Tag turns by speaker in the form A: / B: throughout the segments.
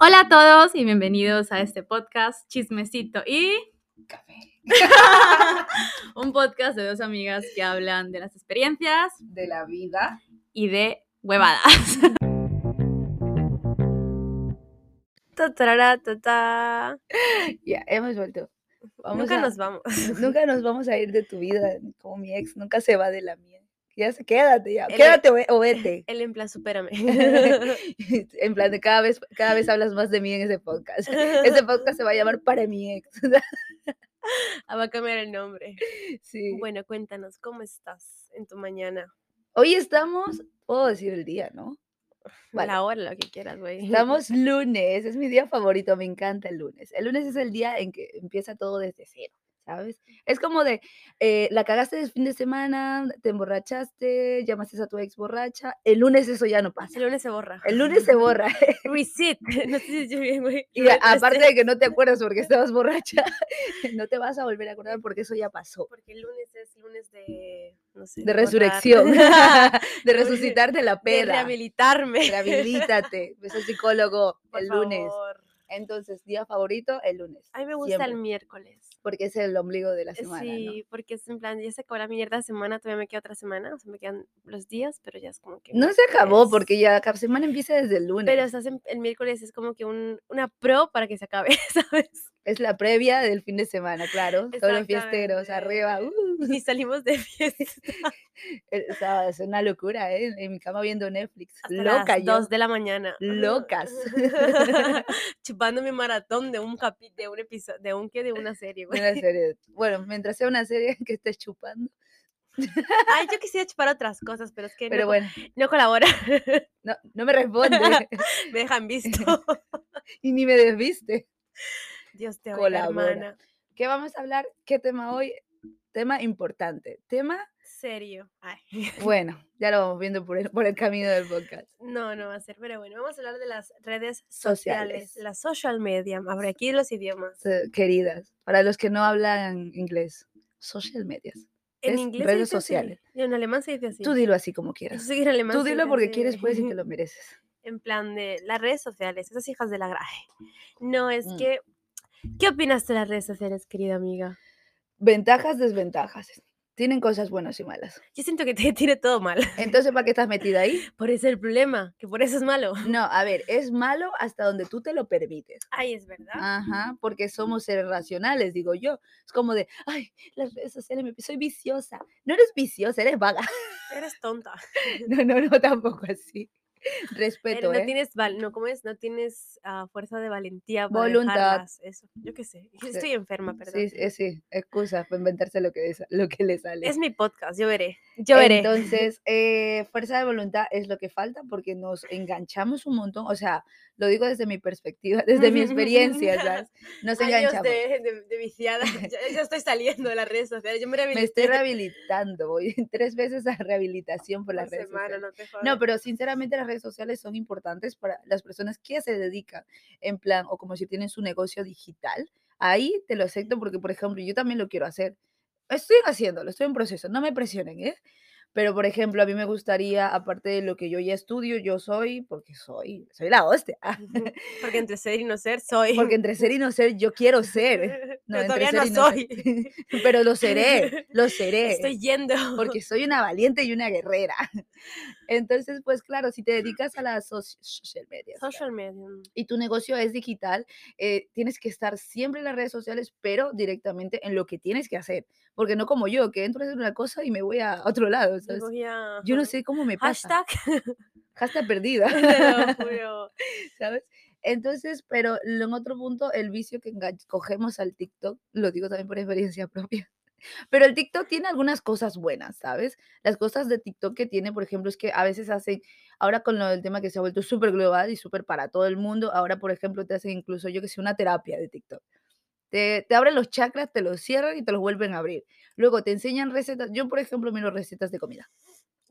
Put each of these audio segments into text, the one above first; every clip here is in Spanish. A: Hola a todos y bienvenidos a este podcast Chismecito y
B: Café.
A: un podcast de dos amigas que hablan de las experiencias
B: De la vida.
A: y de huevadas.
C: Ta, tarara, ta, ta.
B: Ya, hemos vuelto. Vamos
C: Nunca
B: a-
C: nos vamos.
B: nunca nos vamos a ir de tu vida, como mi ex, nunca se va de la mía. Ya se quédate, ya.
C: El-
B: Quédate o ve- o vete.
C: El en plan, supérame.
B: en plan de cada vez, cada vez hablas más de mí en ese podcast. Este podcast se va a llamar para mi ex.
C: Ah, Va a cambiar el nombre.
B: sí.
C: Bueno, cuéntanos, ¿cómo estás en tu mañana?
B: Hoy estamos, puedo decir el día, ¿no? Vale.
C: La hora, lo que quieras, güey.
B: Estamos lunes, es mi día favorito, me encanta el lunes. El lunes es el día en que empieza todo desde cero, ¿sabes? Es como de, eh, la cagaste el fin de semana, te emborrachaste, llamaste a tu ex borracha, el lunes eso ya no pasa.
C: El lunes se borra.
B: El lunes se borra.
C: Reset. No sé si estoy bien, güey.
B: Y
C: Re-
B: a- aparte
C: reset,
B: de que no te acuerdas porque estabas borracha, no te vas a volver a acordar porque eso ya pasó.
C: Porque el lunes es lunes de. No sé.
B: De
C: borrar.
B: resurrección,
C: de
B: de resucitar de la peda.
C: rehabilitarme.
B: Rehabilítate, ves al psicólogo
C: Por
B: el lunes.
C: favor.
B: Entonces, día favorito, el lunes.
C: A mí me gusta
B: siempre.
C: el miércoles.
B: porque es el ombligo de la semana. ¿no?
C: sí, porque es en plan, ya se acabó la mierda semana, todavía me queda otra semana, o sea, me quedan los días, pero ya es como que.
B: ¿no? se acabó
C: miércoles.
B: porque ya cada semana empieza desde el lunes.
C: Pero estás en- el miércoles es como que un, una pro para que se acabe, ¿sabes?
B: es la previa del fin de semana, claro. Todos los fiesteros arriba. uh,
C: Y salimos de fiesta
B: eh, o sea, es una locura, ¿eh? En mi cama viendo Netflix.
C: hasta
B: Loca
C: las
B: yo.
C: 2 de la mañana.
B: Locas.
C: Chupando mi maratón de un capi, de un episodio, de un que de una serie,
B: de
C: güey.
B: una serie. Bueno, mientras sea una serie que estés chupando.
C: Ay, yo quisiera chupar otras cosas, pero es que
B: Pero
C: no, co-
B: bueno,
C: no colabora.
B: no, no me responde
C: Me dejan visto.
B: y ni me desviste.
C: Dios te oiga,
B: Colabora.
C: hermana.
B: ¿Qué vamos a hablar? ¿Qué tema hoy? Tema importante. Tema,
C: Serio. Ay.
B: bueno, ya lo vamos viendo por el, por el camino del podcast.
C: No, no va a ser, pero bueno, vamos a hablar de las redes
B: Sociales.
C: sociales, la social media, ahora aquí los idiomas.
B: se- queridas, para los que no hablan inglés, social medias.
C: En
B: es
C: inglés se
B: redes
C: dice así,
B: sociales.
C: y en alemán se dice así.
B: Tú dilo así como
C: Eso
B: quieras.
C: sí que en alemán
B: Tú
C: se
B: dilo
C: dice
B: porque
C: así,
B: quieres, puedes y te lo mereces.
C: En plan de las redes sociales, esas hijas de la graje. No, es
B: Mm.
C: que... ¿Qué opinas de las redes sociales, querida amiga?
B: Ventajas, desventajas. Tienen cosas buenas y malas.
C: Yo siento que te tiene todo mal.
B: Entonces, ¿para qué estás metida ahí?
C: Por eso el problema, que por eso es malo.
B: No, a ver, es malo hasta donde tú te lo permites.
C: Ay, es verdad.
B: Ajá, porque somos seres racionales, digo yo. Es como de, ay, las redes sociales, me... soy viciosa. No eres viciosa, eres vaga.
C: Eres tonta. eh,
B: No, no, no, tampoco así.
C: Eres-
B: Respeto,
C: no
B: ¿eh?
C: tienes val- no, ¿cómo es? No tienes ah, fuerza de valentía. para
B: Voluntad.
C: dejarlas, Eso. Yo qué sé. Estoy enferma, perdón.
B: Sí, sí, sí, excusa, para inventarse lo que, desa- lo que le sale.
C: Es mi podcast, yo veré. Yo veré.
B: Entonces, eh, fuerza de voluntad es lo que falta porque nos enganchamos un montón. O sea, lo digo desde mi perspectiva, desde mi experiencia, ¿sabes? Nos
C: Años
B: enganchamos.
C: de, de- de viciada. Ya, ya estoy saliendo de las redes sociales. Yo me
B: Me
C: rehabilité
B: estoy rehabilitando, voy tres veces a rehabilitación por
C: por
B: las redes
C: semana,
B: sociales.
C: no te jodas.
B: No, pero sinceramente las redes sociales son importantes para las personas que se dedican en plan o como si tienen su negocio digital. Ahí te lo acepto porque, por ejemplo, yo también lo quiero hacer. Estoy haciéndolo, estoy en proceso, no me presionen, ¿eh? Pero, por ejemplo, a mí me gustaría, aparte de lo que yo ya estudio, yo soy, porque soy, soy la hostia. ah,
C: Porque entre ser y no ser soy.
B: Porque entre ser y no ser, yo quiero ser, ¿eh? no,
C: Pero
B: entre
C: todavía
B: ser
C: no
B: y no ser.
C: soy.
B: pero lo seré, lo seré
C: Estoy yendo.
B: porque soy una valiente y una guerrera. Entonces, pues claro, si te dedicas a las soci- social media
C: Social media. mm,
B: y tu negocio es digital, eh, tienes que estar siempre en las redes sociales, pero directamente en lo que tienes que hacer. Porque no como yo, que entro a hacer una cosa y me voy a otro lado.
C: Yo
B: ¿sabes?
C: voy a-
B: Yo no sé cómo me pasa.
C: Hashtag.
B: Hashtag perdida.
C: Te lo juro.
B: ¿sabes? Entonces, pero lo- en otro punto, el vicio que engan- cogemos al TikTok, lo digo también por experiencia propia, pero el TikTok tiene algunas cosas buenas, ¿sabes? Las cosas de TikTok que tiene, por ejemplo, es que a veces hacen, ahora con lo del tema que se ha vuelto súper global y súper para todo el mundo, ahora, por ejemplo, te hacen incluso, yo que sé, una terapia de TikTok. Te, te abren los chakras, te los cierran y te los vuelven a abrir. Luego te enseñan recetas. Yo, por ejemplo, miro recetas de comida.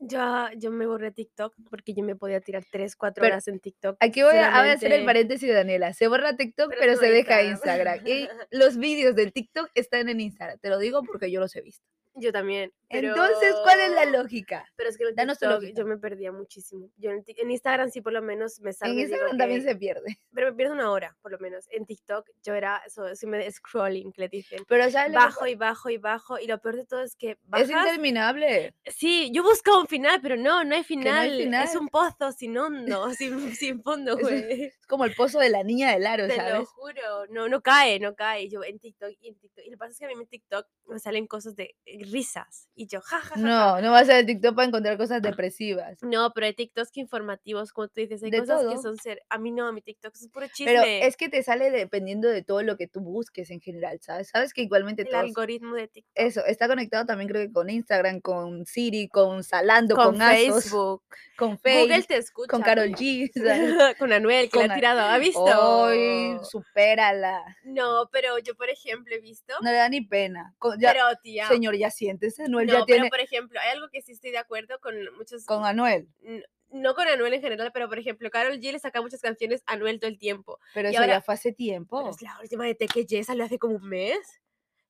C: Yo, yo me borré TikTok porque yo me podía tirar 3, 4
B: Pero
C: horas en TikTok.
B: Aquí voy a, voy a hacer el
C: solamente-
B: paréntesis, Daniela. Se borra TikTok, pero,
C: Pero no
B: se deja
C: Instagram.
B: Instagram. Y los vídeos de TikTok están en Instagram. Te lo digo porque yo los he visto.
C: Yo también. pero-
B: Entonces, ¿cuál es la lógica?
C: Pero es que en el
B: Danos tu
C: TikTok
B: lógica.
C: yo me perdía muchísimo. Yo en, Tik- en Instagram sí por lo menos me salgo. y
B: En
C: digo,
B: Instagram también
C: "Ok",
B: se pierde.
C: Pero me pierdo una hora, por lo menos. En TikTok yo era eso, eso me scrolling, que le dicen.
B: Pero ya
C: Bajo y bajo y bajo. Y lo peor de todo es que
B: es
C: bajas-
B: interminable.
C: Sí, yo buscaba un final, pero no, no hay final.
B: no hay
C: Es
B: final.
C: un pozo sin hondo, sin, sin fondo,
B: Es un-
C: güey.
B: Es como el pozo de la niña del aro,
C: Te lo
B: ¿sabes?
C: juro, no, no cae, no cae. Yo en TikTok y en TikTok. Y lo que pasa es que a mí en TikTok me salen cosas de eh, risas. Y yo, jajaja.
B: No, no vas a el TikTok para encontrar cosas depresivas.
C: No, pero hay TikToks que informativos, como tú dices, hay
B: De
C: cosas que
B: todo.
C: son ser. A mí no, mi TikTok es puro chisme.
B: Pero es que te sale dependiendo de todo lo que tú busques en general, ¿sabes? Sabes que igualmente
C: el
B: todo
C: algoritmo de TikTok.
B: eso está conectado también creo que con Instagram, con Siri, con Salando, con,
C: Con,
B: Asos,
C: Facebook.
B: con
C: Google
B: Facebook,
C: te escucha.
B: con Carol G. ¿sabes?
C: con Anuel, que
B: Con
C: le ha
B: An-
C: tirado. ¿Ha visto?
B: Ay, supérala.
C: No, pero yo, por ejemplo, he visto.
B: No le da ni pena. Con- ya-
C: pero, tía.
B: señor, ya siéntese, Anuel
C: no,
B: ya tiene
C: pero, pues por ejemplo, hay algo que sí estoy de acuerdo con muchos.
B: con Anuel,
C: n- No con Anuel en general, pero por ejemplo, Carol G le saca muchas canciones a Anuel todo el tiempo.
B: pero
C: Y
B: eso
C: ahora-
B: ya fue hace tiempo.
C: Pero es la última de Teque Ye salió hace como un mes.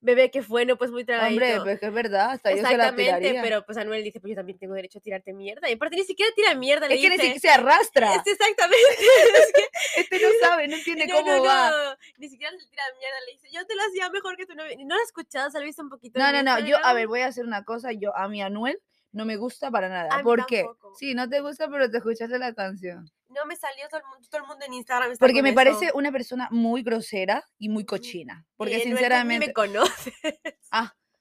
C: Bebé, que fue, no, pues muy tragadito.
B: Hombre, pues que es verdad, hasta yo se la
C: Exactamente,
B: tiraría.
C: pero pues Anuel dice, pues yo también tengo derecho a tirarte mierda. Y aparte ni siquiera tira mierda, le
B: es que ni
C: dice.
B: siquiera se arrastra.
C: Es exactamente. es que-
B: Este no sabe, no entiende
C: no,
B: cómo
C: no,
B: va.
C: no, Ni siquiera le tira mierda, le dice, yo te lo hacía mejor que tú no. No lo he escuchado, se lo he visto un poquito.
B: No, no,
C: en
B: no. Yo, a
C: Instagram.
B: ver, voy a hacer una cosa. Yo a mi Anuel no me gusta para nada.
C: A mí
B: ¿Por qué?
C: tampoco.
B: Sí, no te gusta, pero te escuchaste la canción.
C: No me salió todo el mundo, todo el mundo en Instagram. está
B: Porque
C: con
B: me
C: eso.
B: parece una persona muy grosera y muy
C: Ujú.
B: cochina.
C: Y
B: Porque
C: Anuel que Ni
B: sinceramente,
C: me conoce.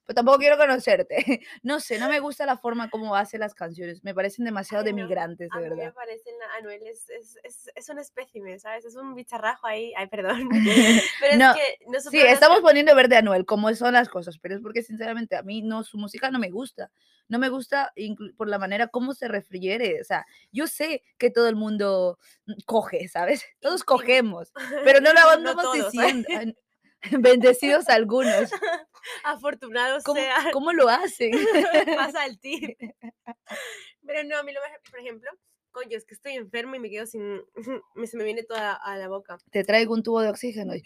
B: pues tampoco quiero conocerte. No sé, no me gusta la forma como hace las canciones. Me parecen demasiado
C: Ay,
B: de
C: no,
B: migrantes,
C: A
B: de
C: mí me
B: verdad.
C: parece, la- Anuel es, es, es, es un espécimen, ¿sabes? Es un bicharrajo ahí. Ay, perdón. Pero
B: No,
C: es que no
B: Sí,
C: supera las
B: estamos poniendo verde a Anuel, como son las cosas, pero es porque sinceramente a mí no, su música no me gusta. No me gusta inclu- por la manera como se refiere. O sea, yo sé que todo el mundo mm, coge, ¿sabes? Todos
C: Intim-
B: cogemos, pero no lo andamos
C: todos, ¿sabes?
B: diciendo. an- Bendecidos algunos.
C: Afortunado
B: ¿Cómo,
C: sea.
B: cómo lo hacen?
C: pasa el tip. Pero no, a mí lo mejor, por ejemplo, coño, es que estoy enferma y me quedo sin. me- se me viene toda a la boca.
B: Te traigo un tubo de oxígeno. y-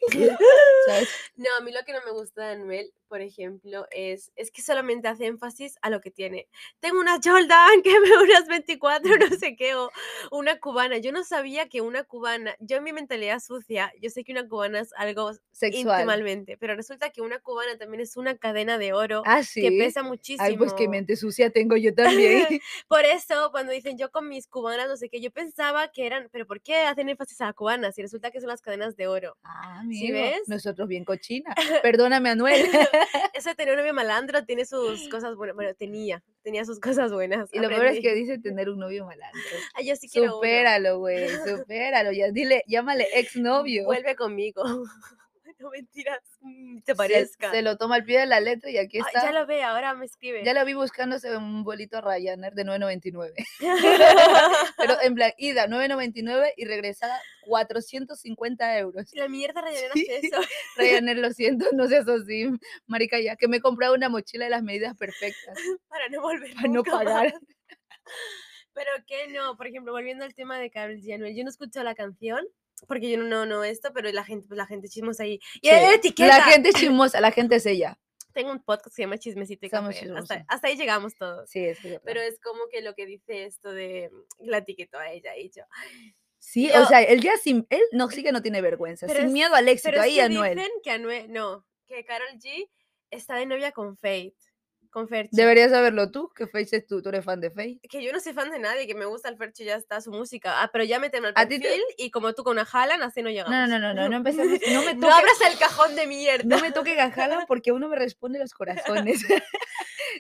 B: ¿Sabes?
C: No, a mí lo que no me gusta de Anuel, por ejemplo, es, es que solamente hace énfasis a lo que tiene. Tengo una Jordan que me unas 24, no sé qué, o una cubana. Yo no sabía que una cubana, yo en mi mentalidad sucia, yo sé que una cubana es algo
B: Sexual.
C: íntimamente, pero resulta que una cubana también es una cadena de oro
B: Ah, sí.
C: que pesa muchísimo.
B: Ay, pues qué mente sucia tengo yo también.
C: Por eso, cuando dicen yo con mis cubanas, no sé qué, yo pensaba que eran, pero ¿por qué hacen énfasis a las cubanas? Y resulta que son las cadenas de oro.
B: Ah,
C: ¿Sí
B: amigo,
C: ves?
B: nosotros bien cochina. Perdóname, Anuel.
C: Eso de tener un novio malandro tiene sus cosas buenas. Bueno, tenía, tenía sus cosas buenas.
B: Y lo peor es que
C: aprendí.
B: dice tener un novio malandro.
C: Ay, yo sí quiero uno.
B: Supéralo, güey, supéralo. Ya dile, llámale exnovio.
C: Vuelve conmigo. no mentiras, mm, te
B: Se-
C: parezca.
B: Se, lo toma al pie de la letra y aquí
C: Ay,
B: está.
C: ya lo ve, ahora me escribe.
B: Ya lo vi buscándose un bolito a Ryanair de 9.99. Pero en plan, ida 9.99 y regresada 450 euros.
C: La mierda rellenó
B: Sí.
C: eso.
B: Ryanair, lo siento, no seas así, marica, ya que me he comprado una mochila de las medidas perfectas
C: para no volver
B: para no
C: nunca más.
B: pagar.
C: Pero que no, por ejemplo, volviendo al tema de Carol G. Anuel, yo no escucho la canción porque yo no, no, no esto, pero la gente, pues la gente chismosa ahí. Y
B: Sí,
C: hay etiqueta.
B: La gente es chismosa, la gente es ella.
C: Tengo un podcast que se llama Chismecito y
B: Somos
C: Café. Hasta,
B: chismosas.
C: hasta ahí llegamos todos.
B: Sí, es verdad.
C: Pero es como que lo que dice esto de mm, la etiquetó a ella y yo.
B: Sí,
C: Yo-
B: o sea, él ya sin, él no sí que no tiene vergüenza,
C: Pero
B: sin
C: es-
B: miedo al éxito,
C: Pero es
B: ahí
C: que
B: Anuel.
C: dicen que Anuel, no, que Carol G está de novia con Faith, con Fercho.
B: Deberías saberlo tú, que Face es tú, tú eres fan de Face.
C: que yo no soy fan de nadie, que me gusta el Fercho y ya está su música. Ah, pero ya méteme al
B: A ti
C: perfil
B: te-
C: y como tú con una Haaland, así no llegamos.
B: No, no, no, no, no empecemos, no me toques,
C: No abras el cajón de mierda.
B: no me toques a Haaland porque uno me responde los corazones.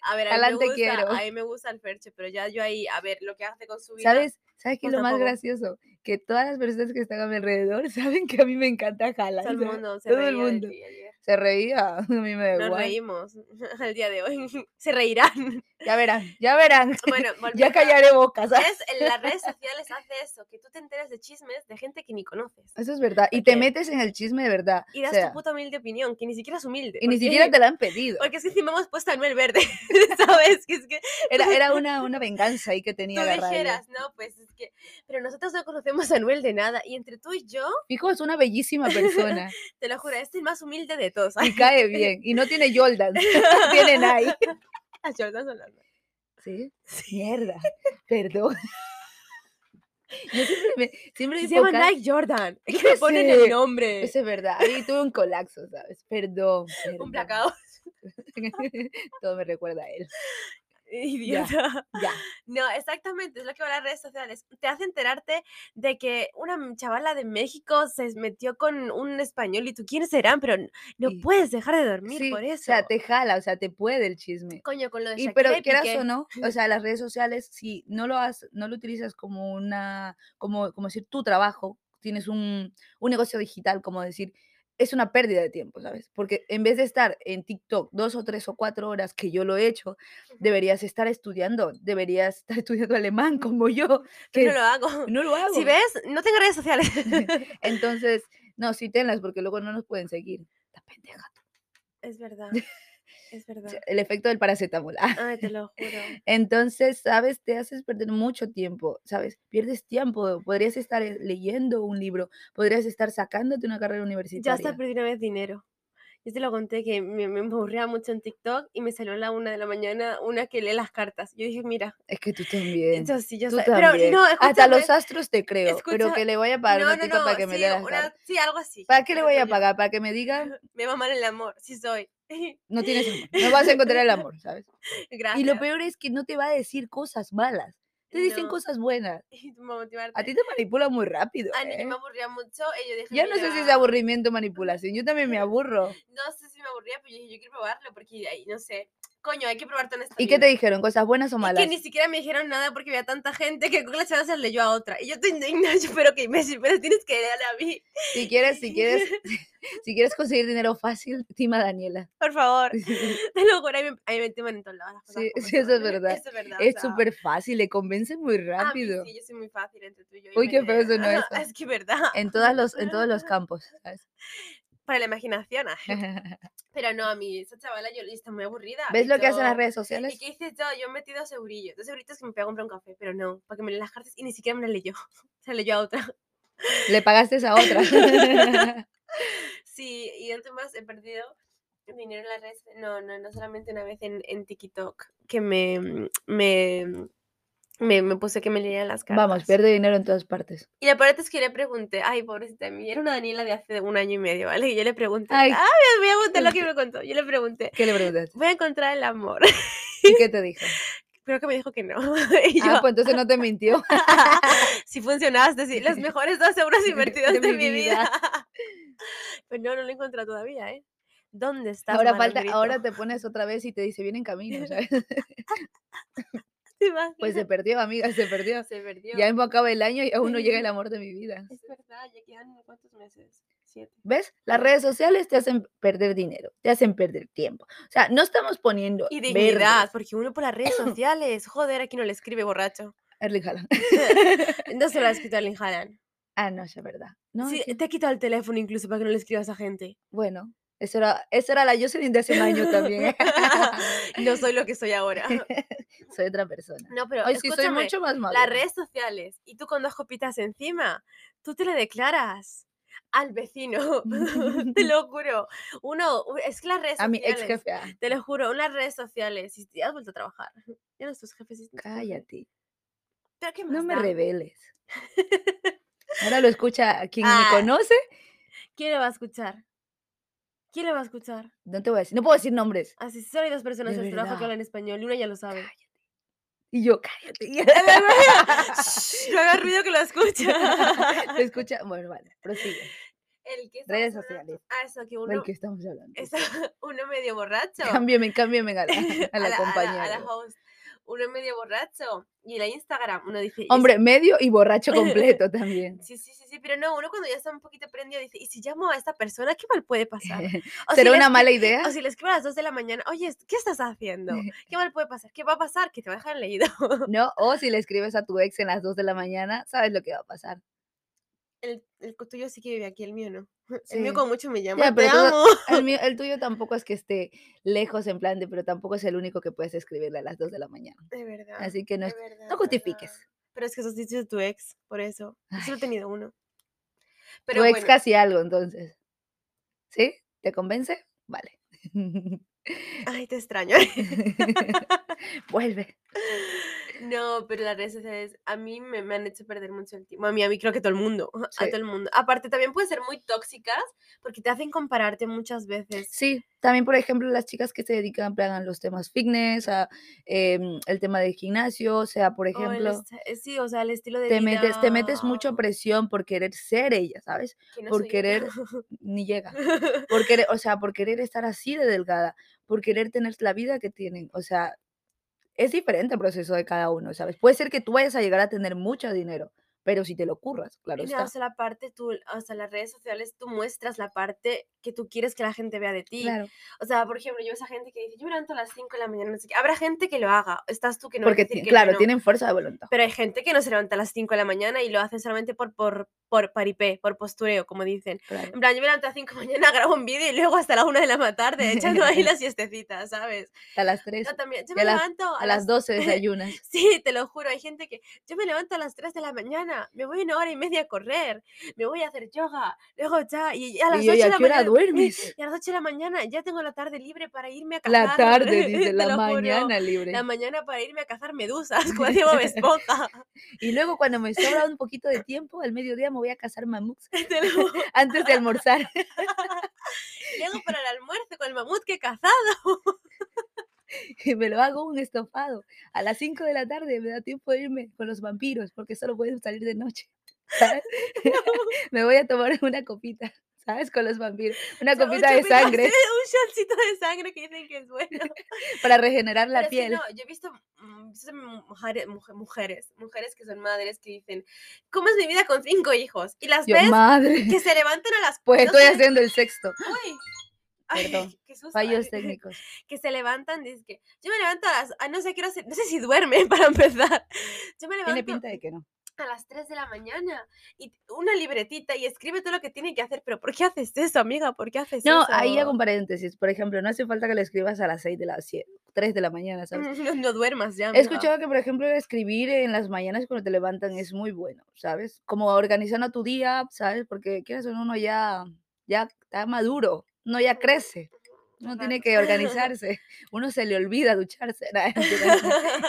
C: A ver, a mí, me
B: Haaland te
C: gusta,
B: quiero.
C: a mí me gusta el Ferche, pero ya yo ahí, a ver, lo que hace con su vida.
B: ¿Sabes? ¿Sabes qué es
C: No,
B: lo más
C: tampoco.
B: gracioso? Que todas las personas que están a mi alrededor saben que a mí me encanta Haaland.
C: Todo el
B: ¿sabes?
C: mundo se
B: todo el
C: reía de
B: mundo.
C: ti ayer.
B: Se reía, a mí me da
C: Nos
B: igual.
C: reímos el día de hoy. Se reirán.
B: Ya verán, ya verán.
C: Bueno,
B: ya
C: volviendo a-
B: callaré boca, ¿sabes?
C: ¿Ves? En las redes sociales hace eso, que tú te enteres de chismes de gente que ni conoces.
B: Eso es verdad. Y te
C: Porque-
B: metes en el chisme de verdad.
C: Y
B: o
C: das
B: sea,
C: tu puta humilde opinión, que ni siquiera es humilde.
B: y ni
C: porque-
B: siquiera te la han pedido.
C: Porque es que encima hemos puesto a Anuel Verde, ¿sabes? Que es que
B: Era, era una, una venganza ahí que tenía
C: pues, tú
B: la radio.
C: dijeras, no, pues es que... Pero nosotros no conocemos a Anuel de nada, y entre tú y yo,
B: Fijo, es una bellísima persona
C: te lo juro, este es el más humilde de todos.
B: y cae bien. Y no tiene Jordan, tiene Nike.
C: Las Jordan son las nuevas.
B: ¿Sí? Mierda. Perdón. Yo siempre me. Siempre
C: Se
B: me
C: llaman
B: enfocaba-
C: Nike Jordan. Es que
B: Ya
C: le ponen el
B: sé,
C: nombre.
B: Eso es verdad. Ahí tuve un colapso, ¿sabes? Perdón.
C: Un
B: perdón.
C: blackout.
B: Todo me recuerda a él.
C: Idiota.
B: Ya.
C: No, exactamente, es lo que van las redes sociales. Te hace enterarte de que una m- chavala de México se metió con un español y tú quiénes serán, pero n- no
B: Sí.
C: puedes dejar de dormir
B: Sí,
C: por
B: O
C: eso.
B: sea, te jala, o sea, te puede el chisme.
C: Coño, con lo de
B: Y
C: Shakira
B: pero
C: y
B: quieras
C: Piqué.
B: o no, o sea, las redes sociales, si no lo has, no lo utilizas como una, como, como decir tu trabajo, tienes un, un negocio digital, como decir, es una pérdida de tiempo, ¿sabes? Porque en vez de estar en TikTok dos o tres o cuatro horas, que yo lo he hecho, deberías estar estudiando, deberías estar estudiando alemán como yo, que
C: Yo no lo hago.
B: no lo hago.
C: Si ves, no tengo redes sociales.
B: Entonces, no, sí tenlas, porque luego no nos pueden seguir. La pendeja.
C: es verdad, es
B: O
C: verdad.
B: sea, El efecto del paracetamol. ah.
C: Ay, te lo juro.
B: Entonces, ¿sabes? Te haces perder mucho tiempo, ¿sabes? Pierdes tiempo. Podrías estar eh, leyendo un libro, podrías estar sacándote una carrera
C: Ya
B: universitaria.
C: hasta perdí una vez dinero. Yo te lo conté que me, me aburría mucho en TikTok y me salió a la una de la mañana una que lee las cartas. Yo dije, mira,
B: Es que tú también.
C: yo sí, yo
B: tú
C: sé-
B: también.
C: Pero no,
B: Hasta los
C: escúchame,
B: astros te creo, pero
C: escucha-
B: que le voy a pagar
C: no,
B: una
C: no,
B: tita
C: no,
B: para que me
C: sí,
B: lea las
C: una-
B: cartas.
C: sí, algo así.
B: ¿Para qué le
C: una
B: voy a
C: coña.
B: pagar? Para que me diga,
C: Me va mal el amor, sí soy.
B: no tienes amor, no vas a encontrar el amor, ¿sabes?
C: Gracias.
B: Y lo peor es que no te va a decir cosas malas, te dicen
C: No, Eh,
B: cosas buenas.
C: y para motivarte.
B: A ti te manipula muy rápido.
C: A mí que
B: ¿eh?
C: Ah, me aburría mucho y yo dije,
B: Yo no sé si es
C: "Mira,
B: aburrimiento o manipulación, yo también me aburro.
C: No sé si me aburría, pero yo dije, yo quiero probarlo porque, ay, no sé, coño, hay que probar todo en esta
B: ¿Y qué te
C: vida".
B: dijeron? ¿Cosas buenas o
C: Y
B: malas?
C: que ni siquiera me dijeron nada porque había tanta gente que con la chavala se leyó a otra. Y yo te indigna, yo, pero que Messi, pero tienes que leer a mí,
B: Si quieres, si quieres, si quieres conseguir dinero fácil, tima a Daniela.
C: por favor.
B: es
C: Te lo juro, a mí, me- a mí me timan en todos lados. las cosas
B: Sí,
C: como
B: sí, eso es
C: son, ¿eh?
B: verdad.
C: Eso es verdad. o sea,
B: súper fácil, le convence muy
C: a mí
B: rápido.
C: Ah, Sí, yo soy muy fácil entre tú y yo. y
B: Uy,
C: me
B: qué feo
C: creo.
B: sonó eso.
C: Es que es verdad.
B: En, todas los, en todos los campos, ¿sabes?
C: Para la imaginación. ah. Pero no, a mí, esa chavala, yo yo estaba muy aburrida.
B: ¿Ves
C: y
B: lo que hacen las
C: yo-
B: redes
C: ¿Y
B: sociales?
C: qué hice yo? Yo he metido segurillos. Dos seguritos que me pegó a comprar un café, pero no, para que me lea las cartas y ni siquiera me las leyó. Se leyó a otra.
B: Le pagaste esa otra.
C: Sí, y además he perdido dinero en las redes. No, no, no solamente una vez en, en TikTok que me, mm, me, mm, me, me puse que me leían las cartas.
B: Vamos, pierde dinero en todas partes.
C: Y la parte es que le pregunté, ay, pobrecita de mí, era una Daniela de hace un año y medio, ¿vale? Y yo le pregunté,
B: Ay.
C: ay, voy a contar lo que me contó. Yo le pregunté,
B: ¿Qué le preguntaste?
C: voy a encontrar el amor.
B: ¿Y qué te dijo?
C: Creo que me dijo que no. Y yo,
B: Ah, pues entonces no te mintió.
C: si funcionaste, sí, los mejores dos euros invertidos de, mi vida. Pero no, no lo he encontrado todavía, ¿eh? ¿Dónde está?
B: Ahora falta, ahora te pones otra vez y te dice, viene en camino, ¿sabes? Pues se perdió, amiga, se perdió.
C: se perdió.
B: Ya mismo acaba el año y aún no llega el amor de mi vida.
C: Es verdad, ya quedan cuántos meses. Siete.
B: ¿Ves? Las redes sociales te hacen perder dinero, te hacen perder tiempo. O sea, no estamos poniendo.
C: Y
B: verde,
C: dignidad, porque uno por las redes sociales, joder, aquí no le escribe borracho.
B: Erling Haaland.
C: No se lo ha escrito a Erling Haaland.
B: Ah, no, eso es verdad. No,
C: Sí, eh
B: sí,
C: te ha quitado el teléfono incluso para que no le escribas a gente.
B: Bueno, eso era, eso era la Jocelyn de hace un año también.
C: no soy lo que soy ahora.
B: soy otra persona.
C: No, pero
B: Hoy sí soy
C: escúchame,
B: mucho más madura.
C: las redes sociales y tú con dos copitas encima, tú te le declaras al vecino, te lo juro. Uno, u- es que las redes
B: A mi
C: sociales,
B: ex jefe. ah,
C: te lo juro, unas redes sociales, y si has vuelto a trabajar, ya nuestros jefes dicen,
B: Cállate.
C: pero qué más
B: No me
C: da?
B: reveles. Ahora lo escucha quien
C: Ah.
B: me conoce.
C: ¿Quién le va a escuchar? ¿Quién le va a escuchar?
B: No te voy a decir, no puedo decir nombres.
C: Así solo hay dos personas
B: De
C: en el trabajo que
B: verdad.
C: hablan español y una ya lo sabe.
B: Y yo, cállate.
C: Shh, no haga ruido que lo escucha.
B: Te escucha. Bueno, vale, prosigue.
C: El que estamos
B: Redes
C: hablando-
B: sociales.
C: Ah, eso, que
B: ¿De
C: uno,
B: qué estamos hablando?
C: está uno medio borracho.
B: Cámbiame, cámbiame a la, a la compañera.
C: A la, host. Uno medio borracho. Y la Instagram, uno dice. "Y si-
B: Hombre, medio y borracho completo también.
C: Sí, sí, sí, sí, pero no, uno cuando ya está un poquito prendido dice, ¿y si llamo a esta persona, qué mal puede pasar? O si
B: ¿Será
C: le
B: una
C: escri-
B: mala idea?
C: O si le escribo a las 2 de la mañana, oye, est- ¿qué estás haciendo? ¿Qué mal puede pasar? ¿Qué va a pasar? Que te va a dejar en leído.
B: No, o si le escribes a tu ex en las 2 de la mañana, sabes lo que va a pasar.
C: El, el co- tuyo sí que vive aquí, el mío no.
B: Sí.
C: El mío con mucho me llama.
B: pero
C: te
B: tú no-
C: amo.
B: El, mío- el tuyo tampoco es que esté lejos en plan de, pero tampoco es el único que puedes escribirle a las 2 de la mañana.
C: De verdad.
B: Así que no,
C: de
B: Ah, es-
C: verdad,
B: no
C: de
B: justifiques.
C: verdad. Pero es que sos dicho de tu ex, por eso. Yo solo he
B: Ay.
C: tenido uno.
B: tu ex
C: bueno.
B: casi algo, entonces. ¿Sí? ¿Te convence? Vale.
C: Ay, te extraño.
B: Vuelve.
C: No, pero las redes sociales a mí me, me han hecho perder mucho el tiempo. A mí, a mí creo que todo el mundo,
B: Sí.
C: a todo el mundo. Aparte también pueden ser muy tóxicas porque te hacen compararte muchas veces.
B: Sí, también por ejemplo las chicas que se dedican en plan, a los temas fitness, a em, el tema del gimnasio, o sea, por
C: O el
B: ejemplo,
C: esta- eh, sí, o sea, el estilo de
B: te metes, te metes
C: vida,
B: mucho presión por querer ser ella, ¿sabes?
C: que no
B: Por
C: soy yo.
B: querer, ni llega. Por querer, o sea, por querer estar así de delgada, por querer tener la vida que tienen, o sea, es diferente el proceso de cada uno, ¿sabes? Puede ser que tú vayas a llegar a tener mucho dinero, pero si te lo curras, claro
C: Y nada,
B: está.
C: o sea, la parte tú, o sea, las redes sociales tú muestras la parte que tú quieres que la gente vea de ti.
B: Claro,
C: O sea, por ejemplo, yo veo esa gente que dice, yo me levanto a las 5 de la mañana, no sé qué. Habrá gente que lo haga, estás tú que no. hay que
B: porque
C: decir
B: ti-
C: que
B: claro,
C: no.
B: tienen fuerza de voluntad.
C: Pero hay gente que no se levanta a las 5 de la mañana y lo hacen solamente por, por, por paripé, por postureo, como dicen.
B: claro.
C: En plan, yo me levanto a las 5 de la mañana, grabo un vídeo y luego hasta la 1 de la tarde echando ahí la siestecita, ¿sabes?
B: A las 3,
C: Yo también, yo
B: y
C: me
B: a las-
C: levanto
B: a las 12 desayunas.
C: Sí, te lo juro, hay gente que yo me levanto a las 3 de la mañana, me voy una hora y media a correr, me voy a hacer yoga, luego ya, y a las
B: yo,
C: 8
B: ¿y a
C: de la
B: qué hora
C: mañana
B: duermes?
C: Y a las 8 de la mañana ya tengo la tarde libre para irme a cazar.
B: La tarde, dice,
C: te
B: la
C: lo juro,
B: mañana libre.
C: La mañana para irme a cazar medusas, como hacía Bob Esponja.
B: Y luego cuando me sobra un poquito de tiempo, al mediodía me voy a cazar mamuts
C: te lo juro.
B: antes de almorzar.
C: Llego para el almuerzo con el mamut que he cazado.
B: Y me lo hago un estofado. A las 5 de la tarde me da tiempo de irme con los vampiros porque solo pueden salir de noche. ¿sabes? me voy a tomar una copita, ¿sabes? Con los vampiros. Una
C: Un
B: copita de
C: chupito así,
B: sangre
C: Un shotcito de sangre que dicen que es bueno.
B: para regenerar
C: Pero
B: la
C: es que
B: piel.
C: no, yo he visto, mm, he visto mu- mujeres, muje- mujeres, mujeres que son madres que dicen, ¿cómo es mi vida con cinco hijos? Y las
B: Yo,
C: ves
B: madre,
C: que se levantan a las
B: pues
C: no
B: estoy
C: sé,
B: haciendo el sexto.
C: uy, ay,
B: Perdón,
C: qué susto,
B: Fallos
C: ay,
B: técnicos.
C: Que se levantan, dices que yo me levanto a las, a no sé qué hora se- no sé si duermen para empezar. Yo me
B: Tiene
C: levanto
B: pinta de que no.
C: a las 3 de la mañana y una libretita y escribe todo lo que tiene que hacer. Pero ¿por qué haces eso, amiga? ¿Por qué haces
B: No,
C: eso?
B: ahí hago un paréntesis. Por ejemplo, no hace falta que le escribas a las 6 de la 7, 3 de la mañana, ¿sabes?
C: no, no duermas ya.
B: He
C: amiga.
B: escuchado que, por ejemplo, el escribir en las mañanas cuando te levantan es muy bueno, ¿sabes? Como organizando tu día, ¿sabes? Porque quieras o no, uno ya, ya está maduro, uno ya crece, uno tiene
C: Claro.
B: que organizarse, uno se le olvida ducharse, nada, mentira,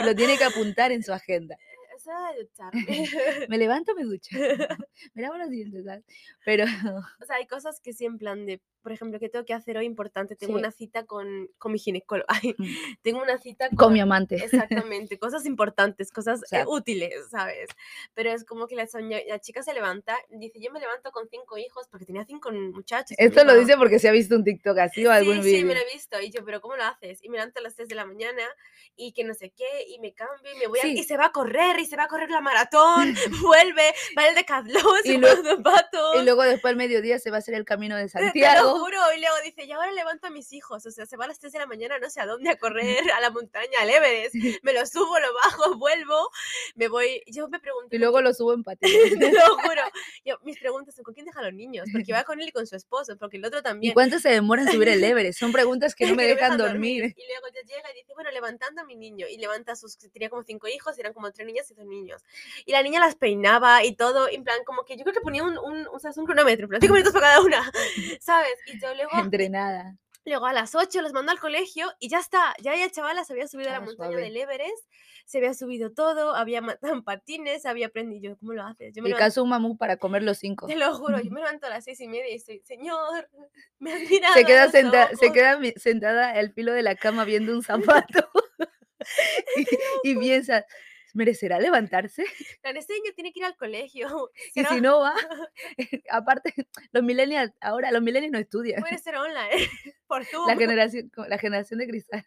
B: y lo tiene que apuntar en su agenda.
C: Es hora de ducharme.
B: Me levanto, me ducho, me lavo los dientes, ¿sabes? Pero
C: O sea, hay cosas que sí, en plan de, por ejemplo, que tengo que hacer hoy importante. Tengo
B: Sí. Mm.
C: una cita con, con mi ginecólogo. Ay, tengo una cita con,
B: con mi amante.
C: Exactamente, cosas importantes, cosas eh,
B: sea,
C: útiles, ¿sabes? Pero es como que la, soña- la chica se levanta, dice, yo me levanto con cinco hijos porque tenía cinco muchachos.
B: Esto lo
C: amiga".
B: dice porque se ha visto un TikTok así o algún
C: Sí, sí,
B: vídeo.
C: me lo he visto. Y yo, pero ¿cómo lo haces? Y me levanto a las 3 de la mañana y que no sé qué, y me cambio y me voy a... Y
B: Sí.
C: se va a correr, y se va a correr la maratón, vuelve, va el decatlón, se
B: Y
C: pone
B: lo-
C: los zapatos.
B: Y luego después al mediodía se va a hacer el camino de
C: Te lo
B: Santiago.
C: juro, y luego dice, y ahora levanto a mis hijos, o sea, se va a las 3 de la mañana, no sé a dónde, a correr, a la montaña, al Everest, me lo subo, lo bajo, vuelvo, me voy, yo me pregunto,
B: Y
C: ¿con
B: luego
C: quién-
B: lo subo en
C: te
B: patines.
C: lo juro, yo, mis preguntas son, ¿con quién deja a los niños? Porque va con él y con su esposo, porque el otro
B: ¿Y
C: también.
B: cuánto se demora en subir el Everest? Son preguntas que no me
C: que
B: dejan dormir.
C: Y luego ya llega y dice, bueno, levantando a mi niño. Y levanta a sus, tenía como cinco hijos, eran como tres niñas y dos niños. Y la niña las peinaba y todo, en plan, como que yo creo que ponía un, un, un, ¿sabes? un cronómetro, en plan, cinco minutos para cada una, ¿sabes? Y yo luego,
B: Entrenada.
C: Luego a las 8 los mandó al colegio y ya está. Ya ella chavala se había subido a la
B: Ah,
C: montaña
B: suave.
C: del Everest, se había subido todo, había matado en patines, había aprendido. Yo, ¿Cómo lo haces? Yo me
B: Y
C: levanto,
B: caso un mamú para comer los cinco.
C: te lo juro, yo me levanto a las seis y media y estoy, señor, me has mirado.
B: Se
C: a
B: queda,
C: los
B: senta- se
C: ojos".
B: queda mi- sentada al filo de la cama viendo un zapato. y, y piensa, ¿merecerá levantarse?
C: En plan, Este niño tiene que ir al colegio.
B: Y
C: será-
B: si no va, aparte, los millennials, ahora los millennials no estudian.
C: Puede ser online, por Zoom.
B: La generación, co- la generación de cristal.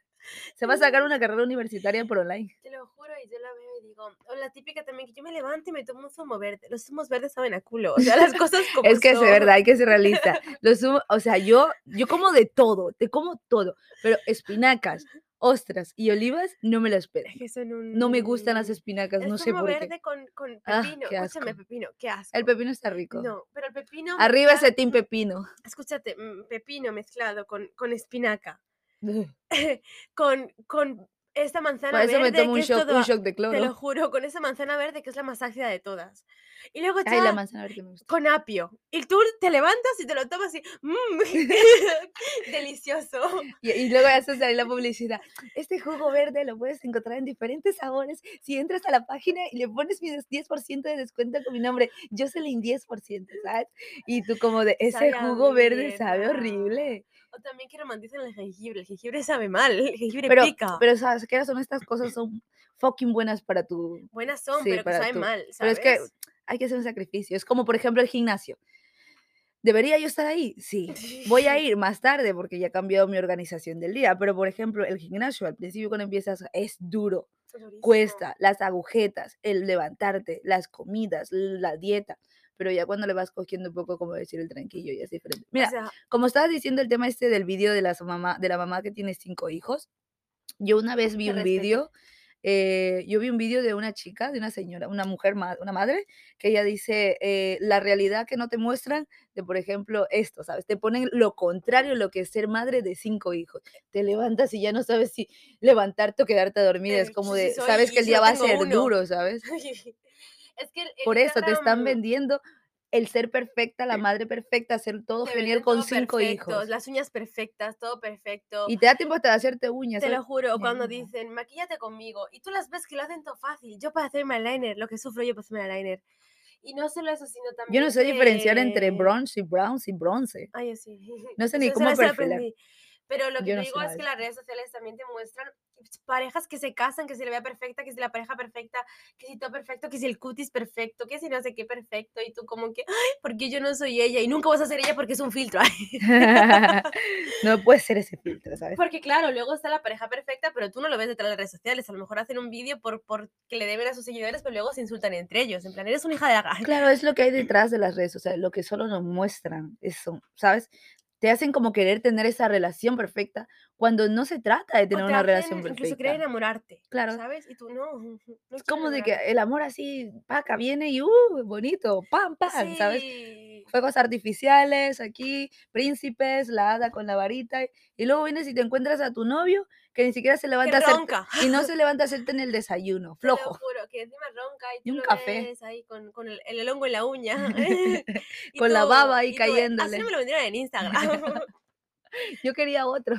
B: Se va
C: Pues
B: a sacar una carrera universitaria por online.
C: Te lo juro, y yo la veo y digo, o la típica también, que yo me levanto y me tomo un zumo verde. Los zumos verdes saben a culo, o sea, las cosas como
B: Es que es
C: son.
B: verdad, hay que ser realista. Los humo- o sea, yo, yo como de todo, te como todo, pero espinacas, ostras y olivas no me las pedo.
C: Es que son un...
B: No me gustan las espinacas,
C: El
B: no sé
C: zumo
B: por
C: verde
B: qué.
C: con, con
B: Ah,
C: pepino.
B: qué
C: Escúchame,
B: asco.
C: pepino, qué asco.
B: El pepino está rico.
C: No, pero el pepino.
B: Arriba ese
C: mezclado-
B: team pepino.
C: Escúchate, mm, pepino mezclado con, con espinaca, con, con esta manzana
B: Para eso me
C: verde
B: tomo
C: que
B: un
C: es
B: shock,
C: toda-
B: un shock de
C: Te lo
B: cloro.
C: juro, con esa manzana verde que es la más ácida de todas. Y luego ya
B: Ay, la manzana verde me gusta.
C: con apio. Y tú te levantas y te lo tomas y ¡mmm! delicioso.
B: Y, y luego haces salir la publicidad. Este jugo verde lo puedes encontrar en diferentes sabores. Si entras a la página y le pones mi des- 10% de descuento con mi nombre, Jocelyn 10%, ¿sabes? Y tú como de, ese
C: Sabe a
B: jugo verde
C: mierda".
B: sabe horrible.
C: O también que romantizan el jengibre. El jengibre sabe mal, el jengibre
B: Pero,
C: pica.
B: pero sabes que son estas cosas son fucking buenas para tu...
C: Buenas son,
B: sí,
C: pero que
B: para
C: saben
B: tú.
C: mal.
B: Pero es que
C: ¿sabes?
B: hay que hacer un sacrificio. Es como, por ejemplo, el gimnasio. ¿Debería yo estar ahí? Sí. Voy a ir más tarde porque ya he cambiado mi organización del día. Pero, por ejemplo, el gimnasio, al principio cuando empiezas, es duro.
C: Durísimo.
B: Cuesta las agujetas, el levantarte, las comidas, la dieta. Pero ya cuando le vas cogiendo un poco, como decir, el tranquillo, ya es diferente.
C: O
B: Mira,
C: sea,
B: como estabas diciendo el tema este del vídeo de, las mamá- de la mamá que tiene cinco hijos, yo una vez vi
C: Se
B: un
C: respeta.
B: vídeo, eh, yo vi un vídeo de una chica, de una señora, una mujer, ma- una madre, que ella dice, eh, la realidad que no te muestran de, por ejemplo, esto, ¿sabes? Te ponen lo contrario a lo que es ser madre de cinco hijos. Te levantas y ya no sabes si levantarte o quedarte dormida.
C: Eh,
B: Es como
C: sí
B: de,
C: soy
B: sabes
C: y
B: que el
C: solo
B: día va a
C: tengo
B: ser
C: uno.
B: duro, ¿sabes?
C: es que el- el
B: Por eso te están
C: Instagram
B: vendiendo el ser perfecta, la madre perfecta, ser todo
C: te
B: genial
C: venden
B: con
C: todo
B: cinco
C: perfecto,
B: hijos.
C: Las uñas perfectas, todo perfecto.
B: Y te da tiempo hasta de hacerte uñas.
C: Te
B: ¿sabes?
C: lo juro, cuando
B: Nena.
C: dicen, maquíllate conmigo, y tú las ves que lo hacen tan fácil. Yo para hacerme eyeliner, lo que sufro yo para hacerme eyeliner. Y no solo eso, sino
B: Yo
C: también.
B: no sé diferenciar entre
C: que-
B: bronze y browns y bronce.
C: Ay, yo sí.
B: No sé ni
C: Eso- eso
B: cómo
C: lo- eso lo
B: perfilar.
C: aprendí. Pero lo que
B: Yo
C: te
B: no sé
C: digo
B: nada
C: es
B: de
C: que
B: eso.
C: las redes sociales también te muestran parejas que se casan, que se le vea perfecta, que si la pareja perfecta, que si todo perfecto, que si el cutis perfecto, que si no sé qué perfecto, y tú como que, ay, porque yo no soy ella, y nunca vas a ser ella porque es un filtro.
B: no puede ser ese filtro, ¿sabes?
C: Porque claro, luego está la pareja perfecta, pero tú no lo ves detrás de las redes sociales. A lo mejor hacen un vídeo por, por que le deben a sus seguidores, pero luego se insultan entre ellos. En plan, eres una hija de la gana.
B: Claro, es
C: eh
B: lo que hay detrás de las redes sociales, lo que solo nos muestran, eso, ¿sabes? Te hacen como querer tener esa relación perfecta cuando no se trata de tener una relación
C: Incluso querer
B: perfecta.
C: enamorarte.
B: Claro.
C: ¿Sabes? Y tú no. no
B: Es
C: quiero
B: como de que
C: enamorarme".
B: el amor así, paca, viene y uh, bonito, pam, pam, ¿sabes?
C: Sí.
B: fuegos artificiales aquí, príncipes, la hada con la varita, y- y luego vienes y te encuentras a tu novio que ni siquiera se
C: Que
B: levanta a hacerte,
C: ronca.
B: y no se levanta a hacerte en el desayuno,
C: Te lo
B: flojo.
C: juro, que encima ronca y,
B: Y
C: tú
B: un
C: lo
B: café.
C: ves ahí con, con el, el hongo en la uña. Y
B: Con la baba ahí
C: y tú, "Eh,
B: cayéndole".
C: Así me lo vendieron en Instagram.
B: Yo quería otro.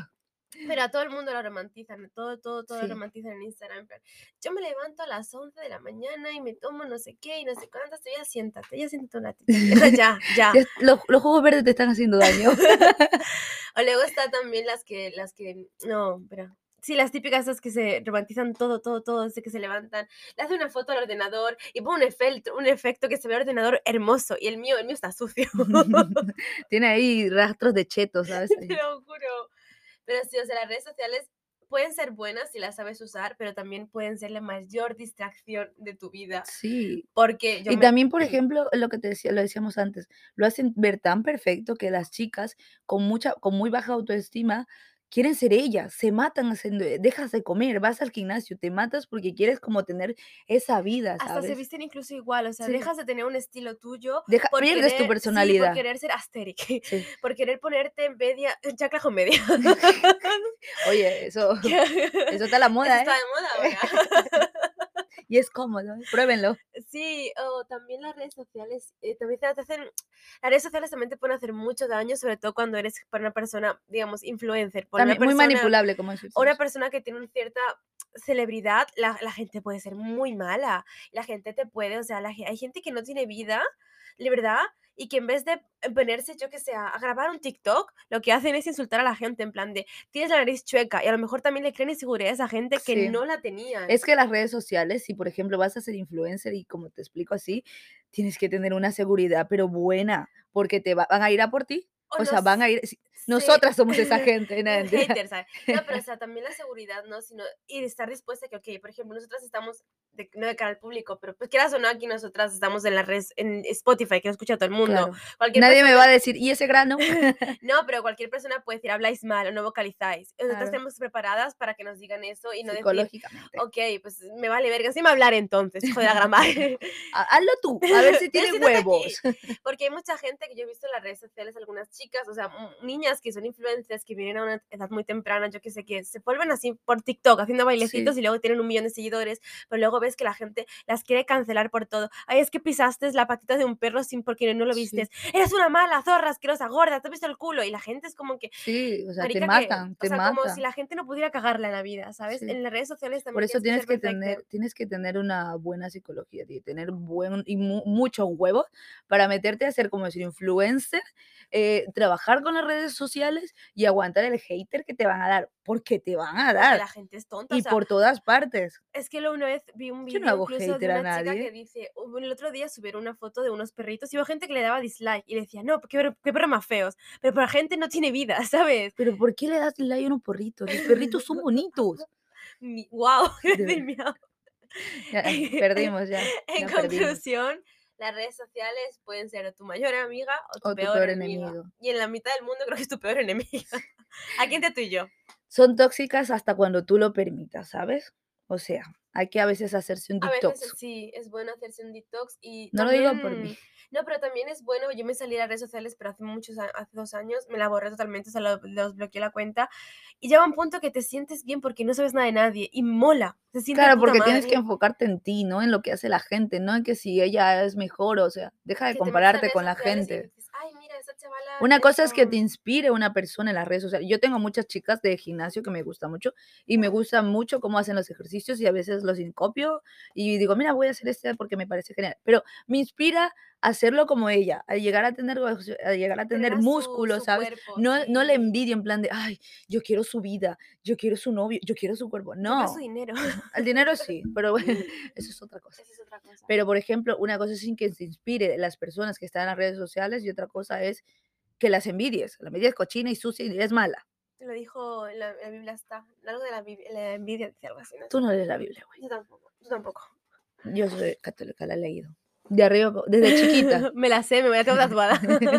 C: Pero a todo el mundo lo romantizan, todo, todo, todo
B: Sí.
C: lo romantizan en Instagram. en plan, Yo me levanto a las 11 de la mañana y me tomo no sé qué y no sé cuántas, tú ya siéntate, ya siéntate un ratito. ya, ya, ya.
B: Ya Los, los jugos verdes te están haciendo daño.
C: O luego está también las que, las que, no, pero... Sí, las típicas esas que se romantizan todo, todo, todo, desde que se levantan, le hace una foto al ordenador y pone un efecto, un efecto que se ve al ordenador hermoso y el mío, el mío está sucio.
B: Tiene ahí rastros de chetos, ¿sabes? Ahí.
C: Te lo juro. Pero sí, o sea, las redes sociales pueden ser buenas si las sabes usar, pero también pueden ser la mayor distracción de tu vida.
B: Sí.
C: Porque yo
B: Y
C: me-
B: también, por ejemplo, lo que te decía, lo decíamos antes, lo hacen ver tan perfecto que las chicas con mucha, con muy baja autoestima quieren ser ellas, se matan haciendo, eh, dejas de comer, vas al gimnasio, te matas porque quieres como tener esa vida,
C: hasta se
B: ¿sabes?
C: visten incluso igual, o sea,
B: Sí.
C: dejas de tener un estilo tuyo.
B: Deja-
C: Por
B: pierdes
C: querer- sí,
B: tu personalidad.
C: por querer ser Asterix,
B: Sí.
C: por querer ponerte media, chacla con media.
B: Oye, eso,
C: Que-
B: eso está a la
C: Eso
B: moda,
C: está
B: ¿eh?
C: de moda ahora.
B: Y es cómodo, ¿eh? pruébenlo.
C: Sí, o también las redes sociales, eh, también te hacen, las redes sociales también te pueden hacer mucho daño, sobre todo cuando eres para una persona, digamos, influencer, por
B: También
C: una
B: muy
C: persona,
B: manipulable, como decís.
C: o una persona que tiene una cierta celebridad, la, la gente puede ser muy mala. La gente te puede, o sea, la ge- hay gente que no tiene vida, de verdad, y que en vez de ponerse, yo que sé, a a grabar un TikTok, lo que hacen es insultar a la gente en plan de, tienes la nariz chueca, y a lo mejor también le creen inseguridad a esa gente que
B: Sí.
C: no la tenía.
B: Es que las redes sociales, si por ejemplo vas a ser influencer y como te explico así, tienes que tener una seguridad, pero buena, porque te va- van a ir a por ti. O sea, van a ir. si- Nosotras ¿eh? somos esa gente. nada, mentira.
C: Haters, ¿sabes? No, pero o sea, también la seguridad, ¿no? Sino, y estar dispuesta a que, ok, por ejemplo, nosotras estamos de- no de cara al público, pero pues quieras o no, aquí nosotras estamos en la red, en Spotify, que nos escucha todo el mundo.
B: Claro.
C: Cualquier
B: Nadie me
C: persona-
B: va a decir, ¿y ese grano?
C: No, pero cualquier persona puede decir, habláis mal o no vocalizáis. Nosotras
B: Claro.
C: estamos preparadas para que nos digan eso y no decir,
B: Psicológicamente.
C: ok, pues me vale verga, sí me hablar entonces, hijo de la gran madre".
B: Ha- Hazlo tú, a ver si
C: Ya
B: tiene
C: siéntate aquí.
B: huevos.
C: Porque hay mucha gente que yo he visto en las redes sociales, algunas chicas, o sea, mu- niñas que son influencers, que vienen a una edad muy temprana, yo qué sé, que se vuelven así por TikTok haciendo bailecitos y luego tienen un millón de seguidores, pero luego ves que la gente las quiere cancelar por todo. Ay, es que pisaste la patita de un perro sin porque no lo
B: Sí.
C: vistes. Eres una mala, zorra, asquerosa, gorda, te has visto el culo. Y la gente es como que,
B: Sí, o sea,
C: marica,
B: te
C: que-
B: matan,
C: o
B: te
C: sea, como
B: matan.
C: si la gente no pudiera cagarla en la vida, ¿sabes?
B: Sí.
C: En las redes sociales también
B: Por eso tienes
C: ser
B: que
C: perfecto.
B: tener, tienes que tener una buena psicología, y tener buen y mu- mucho huevo para meterte a ser como decir influencer, eh, trabajar con las redes sociales y aguantar el hater que te van a dar, porque te van a
C: Porque
B: dar
C: La gente es tonta. o
B: ah, y
C: sea,
B: por todas partes.
C: Es que lo una vez vi un
B: Yo
C: video
B: no hago
C: incluso de
B: hater a
C: una chica que
B: nadie.
C: dice, o bueno, el otro día subieron una foto de unos perritos y hubo gente que le daba dislike y le decía, no, qué, perro- qué perros más feos, pero la gente no tiene vida, ¿sabes?
B: Pero ¿por qué le das like a unos perritos? Los perritos son bonitos.
C: Ni- Guau,
B: De
C: del
B: verdad.
C: miau.
B: Ya, perdimos ya.
C: En
B: la perdimos.
C: conclusión, las redes sociales pueden ser tu mayor amiga o tu,
B: O tu
C: peor,
B: peor
C: enemiga.
B: enemigo.
C: Y en la mitad del mundo creo que es tu peor enemiga. Aquí entre tú y yo.
B: Son tóxicas hasta cuando tú lo permitas, ¿sabes? O sea, hay que a veces hacerse un
C: A veces
B: detox.
C: sí, es bueno hacerse un detox y
B: No lo digo por mí.
C: también- No, pero también es bueno, yo me salí de las redes sociales, pero hace muchos, a- hace dos años, me la borré totalmente, o sea, lo- los bloqueé la cuenta, y llega un punto que te sientes bien porque no sabes nada de nadie, y mola, se siente de
B: Claro,
C: puta
B: porque tienes que
C: madre.
B: enfocarte en ti, ¿no? En lo que hace la gente, no en que si ella es mejor, o sea, deja de
C: Que te metes a
B: compararte
C: redes
B: con la
C: sociales y
B: gente.
C: dices, "Ay, mira, esa chavala
B: Una cosa es que
C: hizo
B: te inspire una persona en las redes sociales. Yo tengo muchas chicas de gimnasio que me gusta mucho y me gusta mucho cómo hacen los ejercicios y a veces los incopio y digo, mira, voy a hacer este porque me parece genial. Pero me inspira a hacerlo como ella, a llegar a tener, gos- a llegar a tener
C: entrenar su-
B: músculo,
C: su
B: ¿sabes?
C: cuerpo,
B: No, no le
C: sí,
B: envidio en plan de, ay, yo quiero su vida, yo quiero su novio, yo quiero su cuerpo.
C: yo quiero
B: No,
C: su dinero,
B: al dinero sí, pero bueno, eso es otra cosa.
C: esa es otra cosa.
B: Pero, por ejemplo, una cosa es sin que se inspire las personas que están en las redes sociales y otra cosa es que las envidies. La envidia es cochina y sucia y es mala.
C: Lo dijo, en la, en la Biblia está, algo de la, Bib- la envidia, dice algo así, ¿no?
B: Tú no lees la Biblia,
C: Yo tampoco, yo tampoco.
B: güey. Yo soy católica, la he leído. De arriba, pa- desde chiquita.
C: me la sé, me voy a tengo tatuada.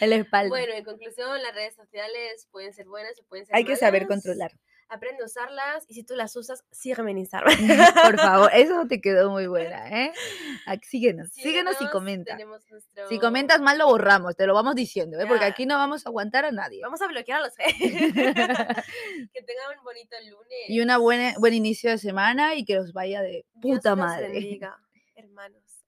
B: en la espalda.
C: bueno, en conclusión, las redes sociales pueden ser buenas o pueden ser
B: Hay que saber
C: malas.
B: controlar.
C: Aprende a usarlas y si tú las usas, sígueme en Instagram.
B: Por favor, eso te quedó muy buena, ¿eh? Ac- Síguenos, síguenos y comenta.
C: tenemos
B: Si
C: nuestro-
B: comentas mal, lo borramos, te lo vamos diciendo, ¿eh? Porque
C: Ya.
B: aquí no vamos a aguantar a nadie.
C: Vamos a bloquear a los Que tengan un bonito lunes.
B: y una buena, buen inicio de semana y que os vaya de
C: Dios
B: puta
C: los
B: madre.
C: bendiga, hermanos.